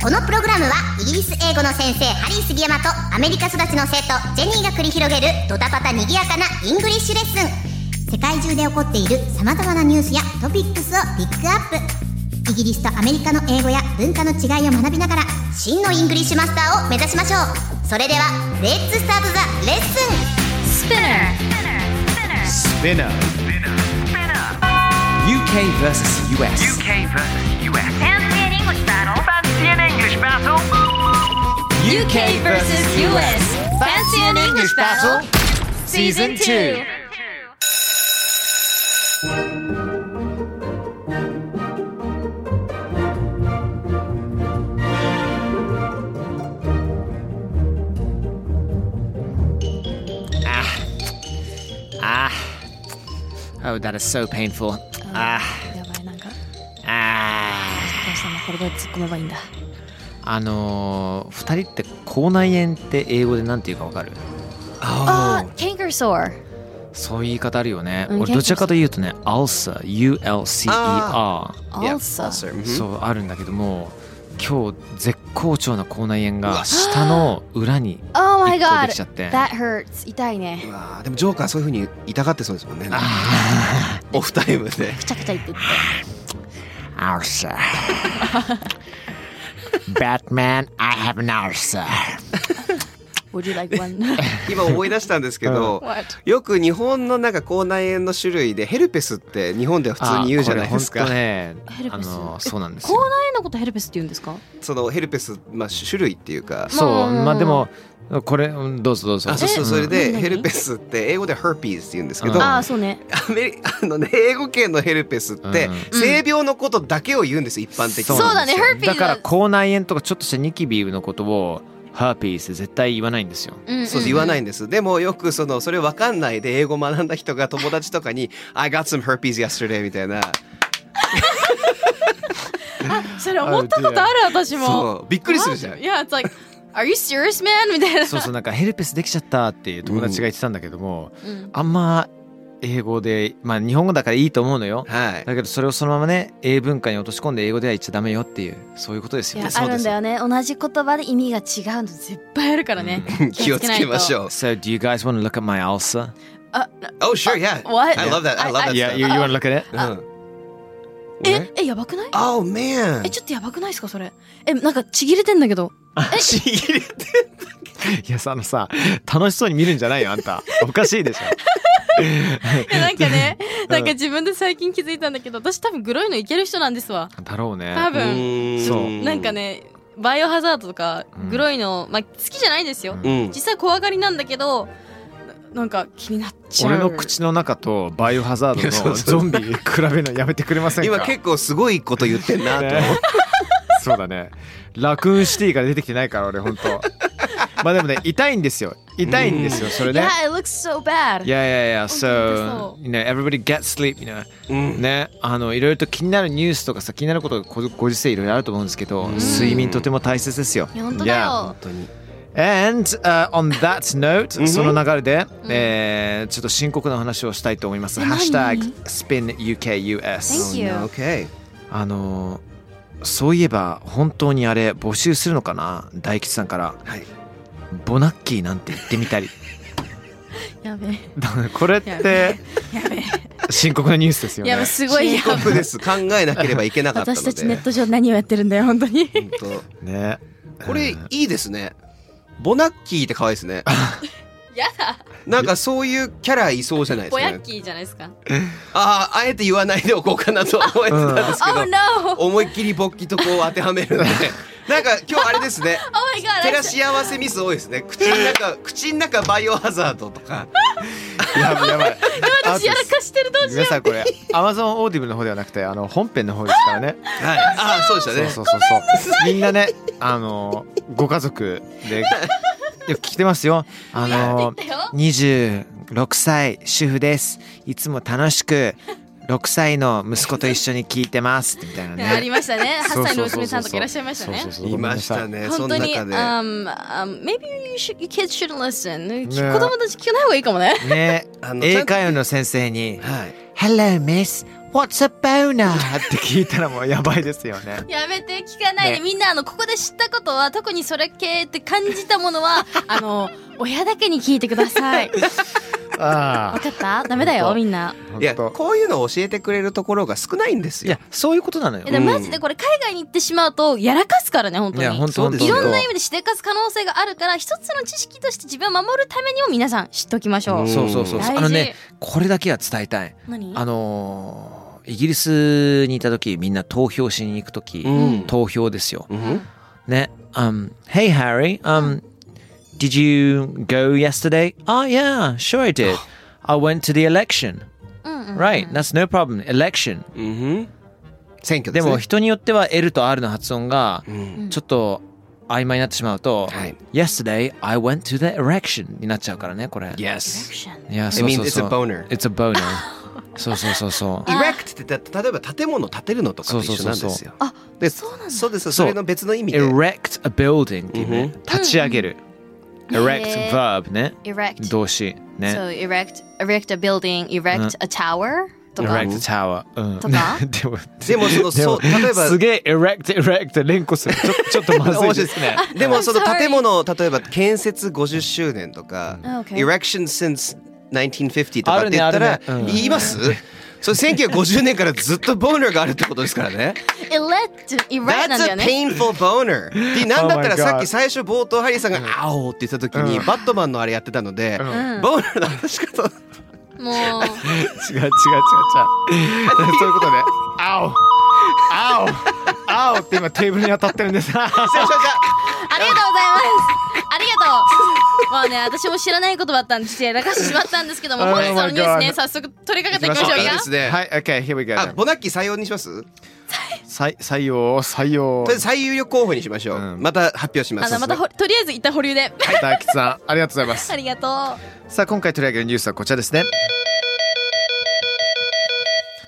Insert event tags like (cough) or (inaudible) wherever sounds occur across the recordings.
このプログラムはイギリス英語の先生ハリー杉山とアメリカ育ちの生徒ジェニーが繰り広げるドタパタにぎやかなイングリッシュレッスン世界中で起こっている様々なニュースやトピックスをピックアップイギリスとアメリカの英語や文化の違いを学びながら真のイングリッシュマスターを目指しましょうそれではレッツスタートザレッスン Spinner. UK versus US. UK versus US. Fancy an English battle. Fancy an English UK versus US. battle. Fancy an English Season battle? 2. Ah. あ h Ah. Oh, that is so painful. Ah. あやばいなんかああ高橋さんもこれで突っ込めばいいんだあのー、2人って口内炎って英語でなんていうかわかるああケンカソーそういう言い方あるよね。うん俺どちらかというとね、ulcer、U-L-C-E-R、アルサー ulcer. Mhm. そうあるんだけども、今日絶好調な口内炎が下の裏に Oh my 一個 god できちゃって、 That hurts 痛いねうわーでもジョーカーはそういうふうに痛がってそうですもんねオフタイムでくちゃくちゃ言ってて ulcer。Batman, I have an ulcer. Would you like one? 今思い出したんですけど、よく日本のなんか口内炎の種類でヘルペスって日本では普通に言うじゃないですあか、これ本当ヘね、ルあペスのそうなんです口よ。内炎のことヘルペスって言うんですかそのヘルペス、まあ、種類っていうかそう、まあまあでもこれうんどうぞどうぞ。あそうそうそれえで何ヘルペスって英語でヘルピーズって言うんですけうどんあアあそうねメリあの、ね、英語圏のヘルペスってうん性病のことだけを言うんです一般的そにうだねヘルピーズだから口内炎とかちょっとしたニキビのことをハーピース絶対言わないんですよ。うんそう言わないんです。でもよくそのそれわかんないで英語学んだ人が友達とかに I got some herpes yesterday みたいな。それ思ったことある私も。そうびっくりするじゃんい。や、it's like, are you serious, man? みたいな。そうそうなんかヘルペスできちゃったっていう友達が言ってたんだけども、うんあんま英語でまあ日本語だからいいと思うのよ。はい。だけどそれをそのままね英文化に落とし込んで英語では言っちゃダメよっていうそういうことですいよやね。あるんだよね同じ言葉で意味が違うの絶対あるからね気をつけましょう。 So do you guys want to look at my ulcer? Oh sure, yeah. what? I love that. I love that. Yeah, you, stuff. you want to look (laughs) at it? (laughs) うんえ俺、え、やばくない Oh man. え、ちょっとやばくないですかそれ。え、なんかちぎれてんだけど。ちぎれていやさあのさ楽しそうに見るんじゃないよあんたおかしいでしょ。い (laughs) や、なんかね、なんか自分で最近気づいたんだけど、私多分グロいのいける人なんですわ。だろうね。多う分。ーんそうなんか。ね、バイオハザードとかうん、グロいの、まあ好きじゃないですよ。うん。実際怖がりなんだけど、ななんか気になっちゃう。俺の口の中とバイオハザードのゾンビ比べるのやめてくれませんか今結構すごいこと言ってんなと。ねそうだねラクーンシティから出てきてないから俺本当まあでもね痛いんですよ痛いんですよそれね Yeah, it looks so bad. Yeah, yeah, yeah. 本 So, 当に you know, everybody get sleep, you know. うん。ね、あの、いろいろと気になるニュースとかさ、気になることがこご時世いろいろあると思うんですけど、睡眠とても大切ですよ。いや本当だよ Yeah. 本当 (laughs) に。 And、uh, on that note, んその流れで、えーちょっと深刻な話をしたいと思います。ハッシュタグ SpinUKUS。 Thank you Oh, no, Okay. あのーそういえば本当にあれ募集するのかな大吉さんからはい。ボナッキーなんて言ってみた (laughs) りやべえ。 (laughs) これって (laughs) やべえ。 (laughs) 深刻なニュースですよやねべえ、すごいやばい僕です。考えなければいけなかったので。私たちネット上何をやってるんだよ本 (laughs) 当に本当。ねこれいいですね。ボナッキーって可愛いですね。 (laughs) やだなんかそういうキャラいそうじゃないですぼか、やっね。きーじゃないですかああ、あえて言わないでおこうかなと思ってたんですけ Oh ど、 no! 思いっきり勃起とこう当てはめる (laughs) んで。なんか今日あれです (laughs) ね。 Oh my god! 照らし合わせミス多いですね。口の中、口の中バイオハザードとか。やばい (laughs) やばい私やらかしてるどうしよ皆さん (laughs) これ Amazon オーディブルの方ではなくてあの本編の方ですからねはい。ああ、そうでしたそうね。そうそうそうみんなねあのーご家族でよく聞いてますよ。あのだよ26歳主婦です。いつも楽しく6歳の息子と一緒に聞いてますみたいな (laughs) あね。りましたね。 (laughs) そ8うそうそう歳のそう娘さんとかいらっしゃいましたねそう。そうそういました。ね。その本当に、中で。 um, um, maybe you, should, you kids should listen. ね子供たち聞かない方がいいかもね。ごめんなさいねあの英会話の先生にはい。 「Hello Miss What's a boner?」って聞いたらもうやばいですよね。 (laughs) やめて聞かないで、ねみんなあのここで知ったことは特にそれ系って感じたも (laughs) のはあの親だけに聞いてください。わあかった？ダメだよ本当みんな。あいやこういうのを教えてくれるところが少ないんですいよや。そういうことなのよえ。でもマジでこれ海外に行ってしまうとやらかすからね本当いに。や本当そう本で当すいよろんな意味でしでかす可能性があるから一つの知識として自分を守るためにも皆さん知っときましょう。うんそうそうそう。大事あのねこれだけは伝えたい。何？あのーイギリスにいた時みんな投票しに行く時、うん投票ですよ。うんね。Um, hey Harry, um, did you go yesterday? Ah, yeah, sure I did. I went to the election. うんうん Right, that's no problem. Election. うん。選挙でですね。も人によっては L と R の発音がうんちょっと曖昧になってしまうと、はい Yesterday I went to the election になっちゃうからね、これ。 Yes. いや、 It そう means そう it's そ a う。 boner. It's a boner. (laughs) そうそうそうそ (laughs) う。erect ってた例えば建物を建てるのとかと一緒なんですよ。あ、で、そうなんそうです。それの別の意味で。 erect a building っていうね、立ち上げる、へ erect ー verb ね Erect. 動詞ね So erect, erect a う building, ん erect a tower とか。 erect tower、うん、とか (laughs) でもでもそのそうでも例えばすげえ erect erect 連呼するちょちょっとまずい面白いでですすねね。でもその sorry. 建物を例えば建設50周年とか、 Okay. erection since 1950とかって言ったらあるねあるねうん言います？それ1950年からずっとボーナーがあるってことですからね。 Erect, erect なんだ That's よ a ね。 painful boner. で、なんだったら Oh my God さっき最初冒頭ハリーさんが「あお」って言った時にうんバットマンのあれやってたので、んボーナーの話かと。もう、違う違う違う違うそういうことね青青青って今テーブルに当たってるんです失礼しましたありがとうございます。ありがとう。まあね、私も知らないことだったんで、ちょっとやらかしてしまったんですけど (laughs) も、 Oh 本日のニュース my ね、 God 早速取り掛かっていきましょういいかで。すね。はい OK here we go あ、ボナッキー採用にします。とり採採用採用あえず最有力候補にしましょう。うんまた発表しまあす。の、またほ、とりあえず一旦保留で。大吉さんありがとうございます (laughs) ありがとう。さあ今回取り上げるニュースはこちらですね。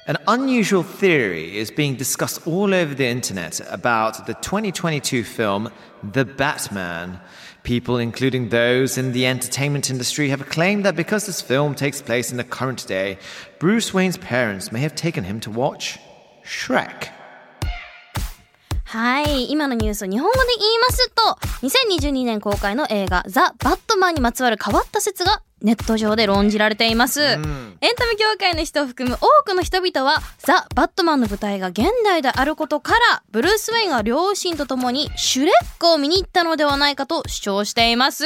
An unusual theory is being discussed all over the internet about the 2022 film The Batman. People, including those in the entertainment industry, have claimed that because this film takes place in the current day, Bruce Wayne's parents may have taken him to watch Shrek. はい、今のニュースを日本語で言いますと、2022年公開の映画、ザ・バットマンにまつわる変わった説がネット上で論じられています。エンタメ業界の人を含む多くの人々は、ザ・バットマンの舞台が現代であることから、ブルース・ウェインが両親と共にシュレックを見に行ったのではないかと主張しています。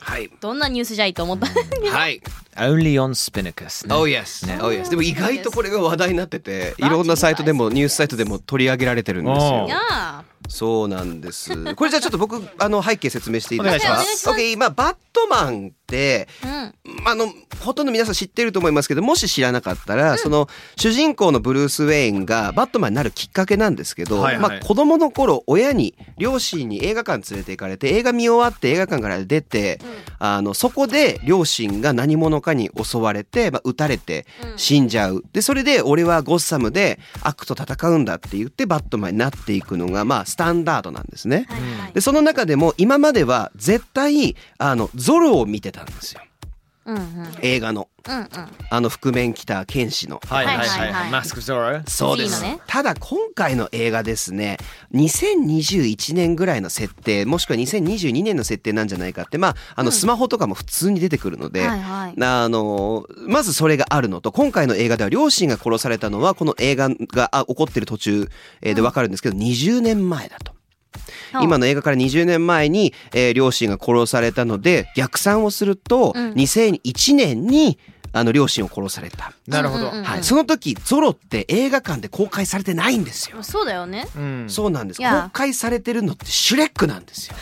はい。どんなニュースじゃいと思った。はい。 Only on Spinnacus. Oh yes. Oh yes. でも意外とこれが話題になってて、いろんなサイトでもニュースサイトでも取り上げられてるんですおようい。やあそうなんです。これじゃあちょっと僕あの背景説明していいですおか願いします OK まあバットマンって、うん。あのほとんど皆さん知ってると思いますけどもし知らなかったら、その主人公のブルース・ウェインがバットマンになるきっかけなんですけど、はいはいまあ、子供の頃親に両親に映画館連れて行かれて映画見終わって映画館から出て、あのそこで両親が何者かに襲われて、まあ、撃たれて死んじゃうでそれで俺はゴッサムで悪と戦うんだって言ってバットマンになっていくのが、まあ、スタンダードなんですね。はいはい。でその中でも今までは絶対あのゾロを見てたんですようんうん。うんうん。映画の。あの覆面着た剣士の。はいはいはいはいマスクゾロ。そうでいすいのねただ今回の映画ですね2021年ぐらいの設定もしくは2022年の設定なんじゃないかってまああのスマホとかも普通に出てくるので、はいはい。あのまずそれがあるのと今回の映画では両親が殺されたのはこの映画があ起こってる途中えーでわかるんですけど、20年前だと。うん今の映画から20年前に、えー両親が殺されたので逆算をすると、うん2001年にあの両親を殺された、なるほど。はい、その時ゾロって映画館で公開されてないんですよ、そうだよね。うんそうなんですいや公開されてるのってシュレックなん (laughs) ですよ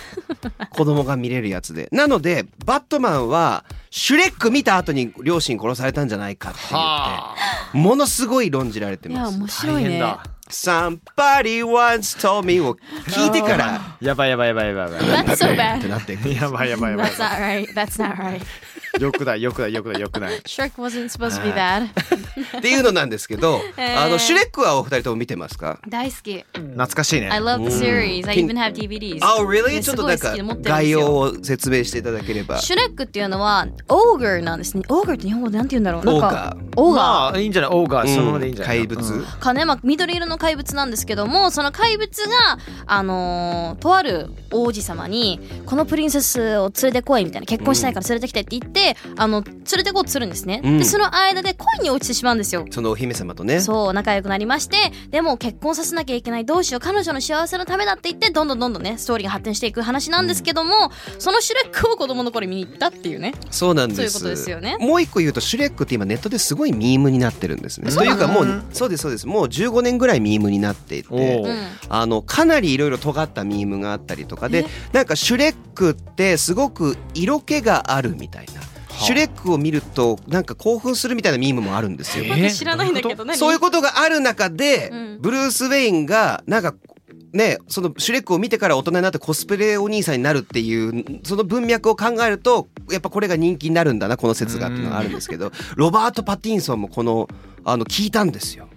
子供が見れるやつでなのでバットマンはシュレック見た後に両親殺されたんじゃないかって言はってものすごい論じられていやます面白い大変ねだ。 Somebody once told me を聞いて (laughs) からやばいやばいやばいやばいやば That's so って bad. なっていくい。やばいやばいやばい That's。not right. That's not right. (laughs) よくないよくないよくないよくない。 Shrek wasn't supposed to be bad. っていうのなんですけど、えーあのシュレックはお二人とも見てますか大好き。懐かしいね。 I love the series. I even have DVDs. Oh, really? ねちょすっとごなんい好かきで持ってるんです概要よ。を説明していただければ。シュレックっていうのはオーガーなんですね。オーガーって日本語でなんて言うんだろう。なんかオーガー。まあいいんじゃない。オーガーそのままでいいんじゃない。怪物、うんかねまあ、緑色の怪物なんですけどもその怪物が、あのーとある王子様に「このプリンセスを連れてこい」みたいな「結婚したいから連れてきて」って言って、あの連れてこうとするんですね、うんでその間で恋に落ちてしまうんですよそのお姫様とね。そう仲良くなりましてでも結婚させなきゃいけないどうしよう彼女の幸せのためだって言ってどんどんどんどんねストーリーが発展していく話なんですけどもそのシュレックを子供の頃見に行ったっていうねそうなんです。そういうことですよねもう一個言うと、シュレックって今ネットですごいミームになってるんですね。というかもう、そうですそうです。もう15年ぐらいミームになっていおてう、うんあのかなりいろいろ尖ったミームがあったりとかでなんかシュレックってすごく色気があるみたいな、あシュレックを見るとなんか興奮するみたいなミームもあるんですよ。え待って知らないんだけど何そういうことがある中で、うんブルース・ウェインがなんかねそのシュレックを見てから大人になってコスプレお兄さんになるっていうその文脈を考えるとやっぱこれが人気になるんだなこの説がっていうのがあるんですけどロバート・パティンソンもこのあの聞いたんですよ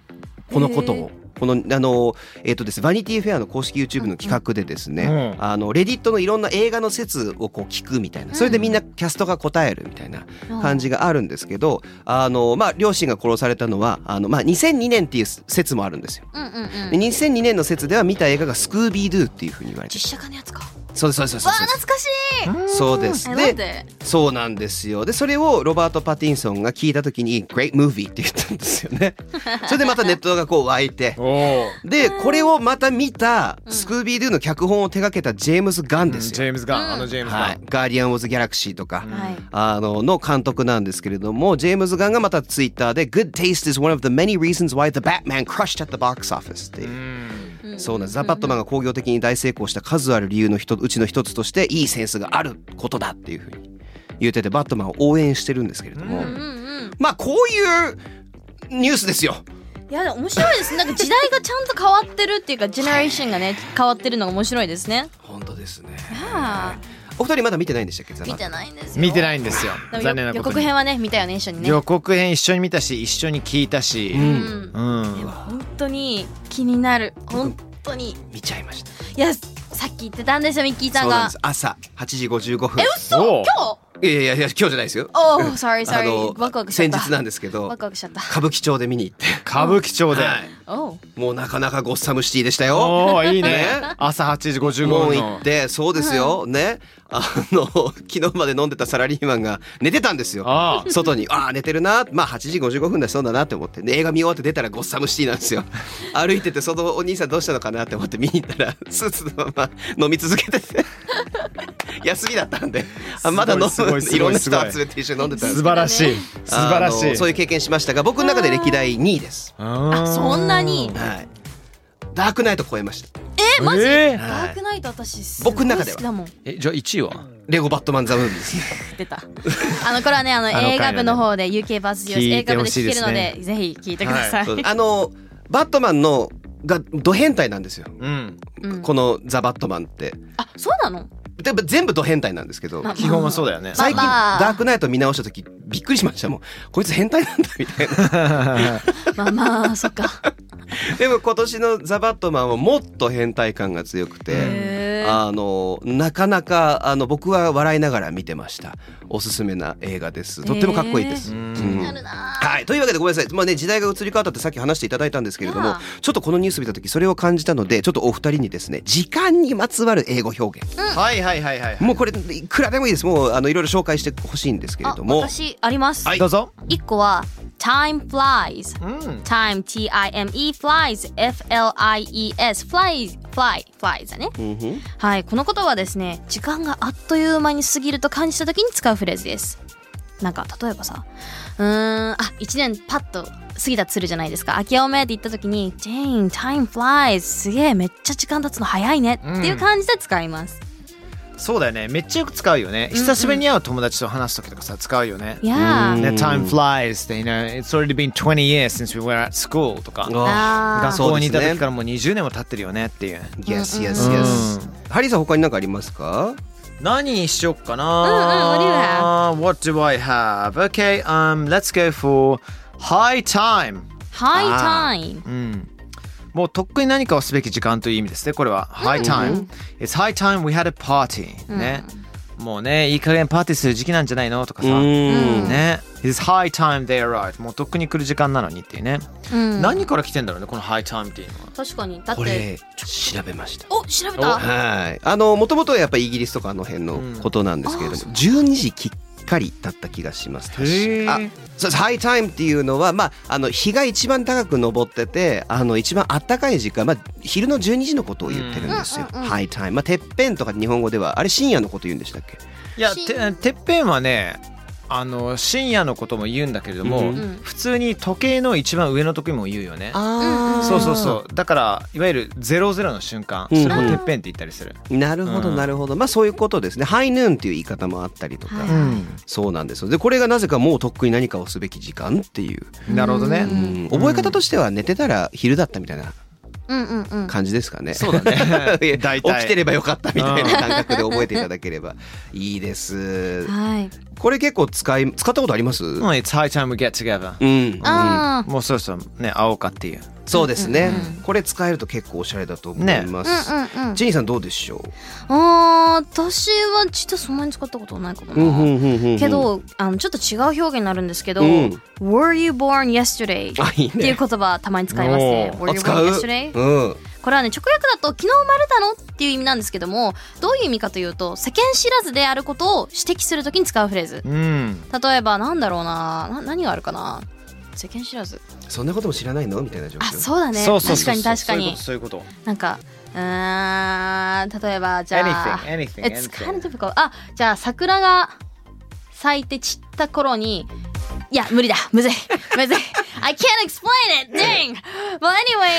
このことを。このあのえっ、とですねバニティフェアの公式 YouTube の企画でですね、うんあのレディットのいろんな映画の説をこう聞くみたいな、それでみんなキャストが答えるみたいな感じがあるんですけど、あのまあ、両親が殺されたのはあの、まあ、2002年っていう説もあるんですよ。うんうんうんで2002年の説では見た映画が「スクービードゥ」っていうふうに言われて実写化のやつかわそうですそうですあそうです懐かしいそうです I そうです love it でそうなんですよでそれをロバート・パティンソンが聞いた時に「Great movie」って言ったんですよねそれでまたネットがこう湧いておお。でこれをまた見たスクービードゥの脚本を手掛けたジェームズ・ガンでジすよ、ェームズガンあのジェームズガンはい。、ガーディアン・オブ・ズ・ギャラクシーとか、はいあの、の監督なんですけれども、ジェームズ・ガンがまたツイッターで、Good taste is one of the many reasons why the Batman crushed at the box office っていう。そうなんです。ザ・バットマンが工業的に大成功した数ある理由の一つうちの一つとして、いいセンスがあることだっていうふうに言ってて、バットマンを応援してるんですけれども、まあ、こういうニュースですよ。いやでも面白いですねなんか時代がちゃんと変わってるっていうかジェネレーションがね変わってるのが面白いですね本当ですね。あお二人まだ見てないんでしたっけザ・バ見ットてないんですよ見ていないんですよ。残念なことに。予告編はね見たよね一緒にね予告編一緒に見たし一緒に聞いたし、ううんん本当に気になる本当に見ちゃいました。いやさっき言ってたんですよミッキーさそんうなんでがす。朝8時55分。そう今日いやいやいや、今日じゃないですよ。おお sorry あ sorry ワクワのクしちゃ先った日なんですけどワクワクしちゃった歌舞伎町で見に行って、歌舞伎町で、はいおうもうなかなかゴッサムシティでしたよ。おおいいね (laughs) ね朝8時55もう分行のってそうですよ、ねあの昨日まで飲んでたサラリーマンが寝てたんですよあ外にああ寝てるなまあ8時55分だしそうだなって思ってで映画見終わって出たらゴッサムシティなん (laughs) ですよ歩いててそのお兄さんどうしたのかなって思って見に行ったらスーツのまま飲み続けて (laughs) て休みだったんであまだ飲すごむいすごいいろんなす人ごい集めて一緒に飲んであ (laughs) たんです素けど晴らしい素晴らあしいのそういう経験しましたが僕の中で歴代2位ですああそんなにはい。ダークナイト超えました。えマジ、えーダークナイト私すごい僕の中では好きだ (laughs) もんえじゃあ1位はレゴバットマンザムービーですね。出たあのこれはねあのあの回はね映画部の方で UK バス US 聞映いて画部ほでしいで聴けるすのねでぜひ聞いてください、そうあのバットマンのがド変態なんですよ。うんうんこのザバットマンって。あそうなのでも全部ド変態なんですけど。基本はそうだよね (laughs) 最近まあダークナイト見直した時びっくりしましたもんこいつ変態なんだみたいなまあまあそ (laughs) っかでも今年の「ザ・バットマン」はもっと変態感が強くてへーあのなかなかあの僕は笑いながら見てましたおすすめな映画ですとってもかっこいいです、うへんうんなるなあはい。というわけでごめんなさい。まあね、時代が移り変わったってさっき話していただいたんですけれどいもや、ちょっとこのニュース見た時それを感じたので、ちょっとお二人にですね、時間にまつわる英語表現。はいはいはいはいもうこれ、いくらでもいいです。もう、あの、いろいろ紹介してほしいんですけれあども。私あります、どうぞ一個は time flies うん time T-I-M-E flies F-L-I-E-S flies fly flies だね、うんふんはいこのことはですね時間があっという間に過ぎると感じた時に使うフレーズですなんか例えばさうーんあ1年パッと過ぎたとするじゃないですか「秋葉め」って言った時に「ジェーンタイムフライズすげえめっちゃ時間経つの早いね」っていう感じで使います。そうだよねめっちゃよく使うよね久しぶりに会う友達と話す時とかさ使うよね、いやー The time flies って、you know, it's already been 20 years since we were at school とか、あ学ー校にいそたうです時ねからもう20年も経ってるよねっていう。 Yes, う yes, ん yes. ハリーさん他に何かありますか何にしよっかうな、What do I have? Okay, um, let's go for high time. ハイタイムうんもうとっくに何かをすべき時間という意味ですね、これは。High time. It's high time we had a party. ね。もうね、いい加減パーティーする時期なんじゃないのとかさ。んね。It's high time they arrived. もうとっくに来る時間なのにっていうね。うん何から来てんだろうね、この high time っていうのは。確かにだっこてれ調べましたお調べたはいあのもともとはやっぱりイギリスとかあの辺のことなんですけれども、12時きっかりだった気がしますへ確ーかあそうですハイタイムっていうのは、まあ、あの日が一番高く昇っててあの一番暖かい時間、まあ、昼の12時のことを言ってるんですよ、ハイタイム、まあ、てっぺんとか日本語ではあれ深夜のこと言うんでしたっけいや深ててっぺんはねあの深夜のことも言うんだけれども、うんうん普通に時計の一番上の時も言うよねあそうそうそうだからいわゆる00の瞬間うんそれもてっぺんって言ったりする、なるほどうんなるほど、まあそういうことですねハイヌーンっていう言い方もあったりとか、はそうなんですよでこれがなぜかもうとっくに何かをすべき時間っていう、なるほどね、うん覚え方としては寝てたら昼だったみたいなうんうんうん感じですかね。そうだねいや大体 (laughs) 起きてればよかったみたいな感覚で覚えていただければいいです。はいこれ結構使い使ったことあります？もう It's high time we get together、うん、あもうそろそろね会おうかっていうそうですね、これ使えると結構おしゃれだと思います。あうんうんうんジェニーさんどうでしょあー私は実はそんなに使ったことないかもう？な、んけ。どあのちょっと違う表現になるんですけど「うん Were you born yesterday?」あいいねっていう言葉たまに使いますね「お Were あ you 使う born yesterday?」うん。これはね直訳だと「昨日生まれたの?」っていう意味なんですけどもどういう意味かというと世間知らずであることを指摘するときに使うフレーズうん例えばなんだろうなな何があるかな世間知らずそんなことも知らないのみたいな状況。あそうだねそうそうそう確かに確かにそういうことそういうこなんかうーん例えばじゃあ Anything, anything, It's anything. kind of difficult あじゃあ桜が咲いて散った頃にいや無理だむずい (laughs) むずい I can't explain it dang well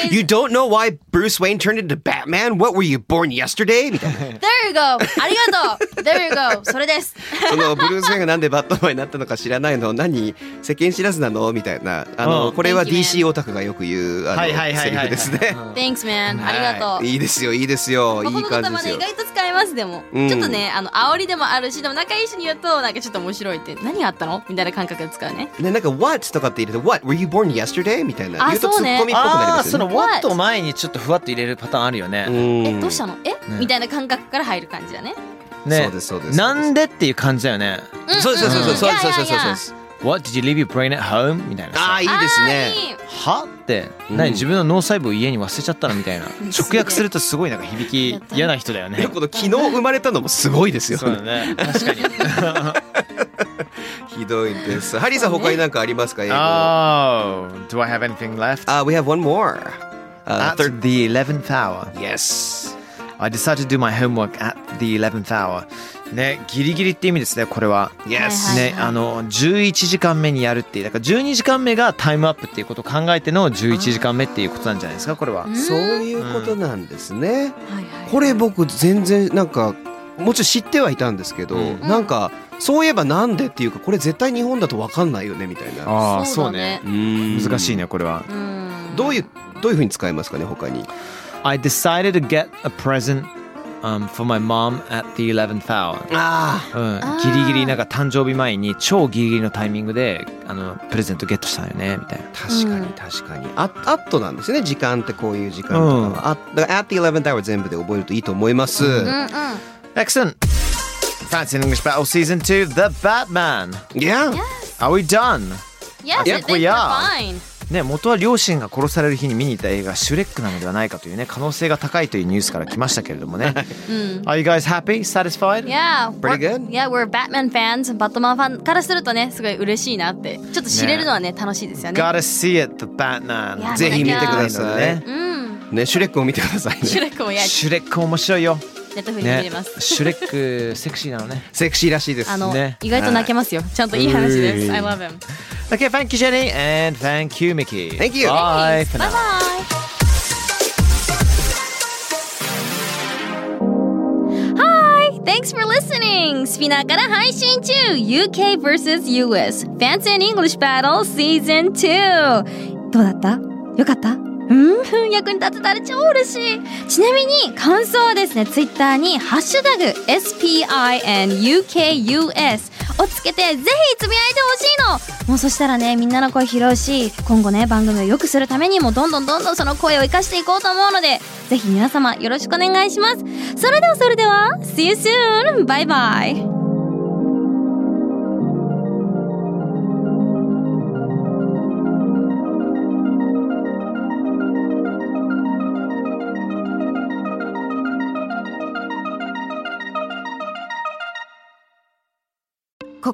anyways You don't know why Bruce Wayne turned into Batman? What were you born yesterday? みた (laughs) いな。 there you go ありがとう there you go そ (laughs) れですそのブルース・ウェインがなんでバットマンになったのか知らない (laughs) の何世間知らずなのみたいなあの、うんこれは Thank you, man. DC オタクがよく言うあの、はいはいはいはいセリフですね。 (laughs) Thanks man ありがとういいですよいいですよここいいの言感じで葉すねよ意。外と使えますでも、うんちょっとねあの煽りでもあるしでも仲いい人に言うとなんかちょっと面白いって何があったのみたいな感覚で使うねねなんか What とかって入れて What were you born yesterday みたいなあ言うとツそうねッコミっぽくなりあまあーすそよね。の What を前にちょっとふわっと入れるパターンあるよね、うんえどうしたのえ、みたいな感覚から入る感じだねねそうですそうですなんでっていう感じだよねそうですそうですそうですそうですいやいやいやそうです。 What did you leave your brain at home? みたいなさああいいですね。あーいいはって何、自分の脳細胞を家に忘れちゃったの (laughs) みたいな直訳するとすごいなんか響き嫌な人だよねでこの昨日生まれたのもすごいですよそうだね確かに (laughs) ひどいです。ハリーさん他に何かありますか英語？あ Oh do I have anything left? h we have one more. Uh, At third. the 11th hour Yes. I decided to do my homework at the 11th hour ねギリギリって意味ですねこれは Yes. はいはいね、あの11時間目にやるっていうだから12時間目がタイムアップっていうことを考えての11時間目っていうことなんじゃないですかこれはそういうことなんですね。はいはいこれ僕全然なんかもちろん知ってはいたんですけど、うんなんかそういえばなんでっていうかこれ絶対日本だとわかんないよねみたいなああそそううだねね難難しいねこれはうんどういうどういうふうに使いますかね他に I decided to get a present um, for my mom at the 11th hour あうんー、ギリギリなんか誕生日前に超ギリギリのタイミングであのプレゼントゲットしたんよねみたいな確かうんに確かに、ああっとなんですね時間ってこういう時間とかは、あだから「at the 11th hour」全部で覚えるといいと思います、うんうん Excellent Fancy an English Battle Season 2 The Batman Yeah Are we done? Yes, I think we we're are. fine ね、元は両親が殺される日に見に行った映画「シュレック」なのではないかというね可能性が高いというニュースから来ましたけれどもね Are you guys happy? Satisfied? Yeah, Pretty we're- good? Yeah, we're Batman fans バットマンファンからするとねすごい嬉しいなってちょっと知れるのはね楽しいですよね Gotta see it, the Batman いやぜひ見てくだ見たいのさいでねねシュレックを見てくださいねシュレックもやシュレック面白いよネットフリで見ねれます。シュレックセクシーなのねセクシーらしいですあの、ね意外と泣けますよ。ちゃんといい話でうーす。I love him. Okay, thank you, Jenny, and thank you, Mickey. Thank you. Bye for バイ now. バイ。Hi! Thanks for listening! スピナーから配信中 !UK vs.US Fancy and English Battle Season 2! どうだったよかったうん役に立てたら超嬉しいちなみに感想はですねツイッターに「ハッシュタグ #SPINUKUS」をつけてぜひつぶやいてほしいのもうそしたらねみんなの声拾うし今後ね番組を良くするためにもどんどんどんどんその声を生かしていこうと思うのでぜひ皆様よろしくお願いしますそれではそれでは See you soon! バイバイこ